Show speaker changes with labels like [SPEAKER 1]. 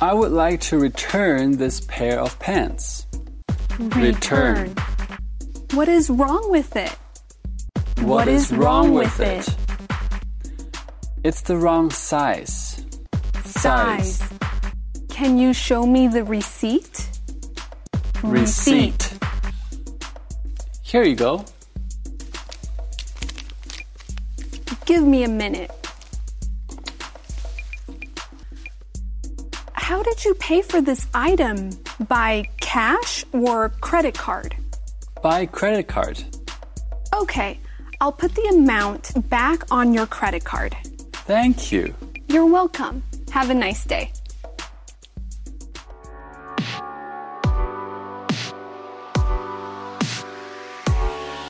[SPEAKER 1] I would like to return this pair of pants. Return.
[SPEAKER 2] What is wrong with it? What is wrong with it?
[SPEAKER 1] It's the wrong size. Size.
[SPEAKER 2] Can you show me the receipt?
[SPEAKER 1] Receipt. Here you go.
[SPEAKER 2] Give me a minute. How did you pay for this item? By cash or credit card?
[SPEAKER 1] By credit card.
[SPEAKER 2] Okay, I'll put the amount back on your credit card.
[SPEAKER 1] Thank you.
[SPEAKER 2] You're welcome. Have a nice day.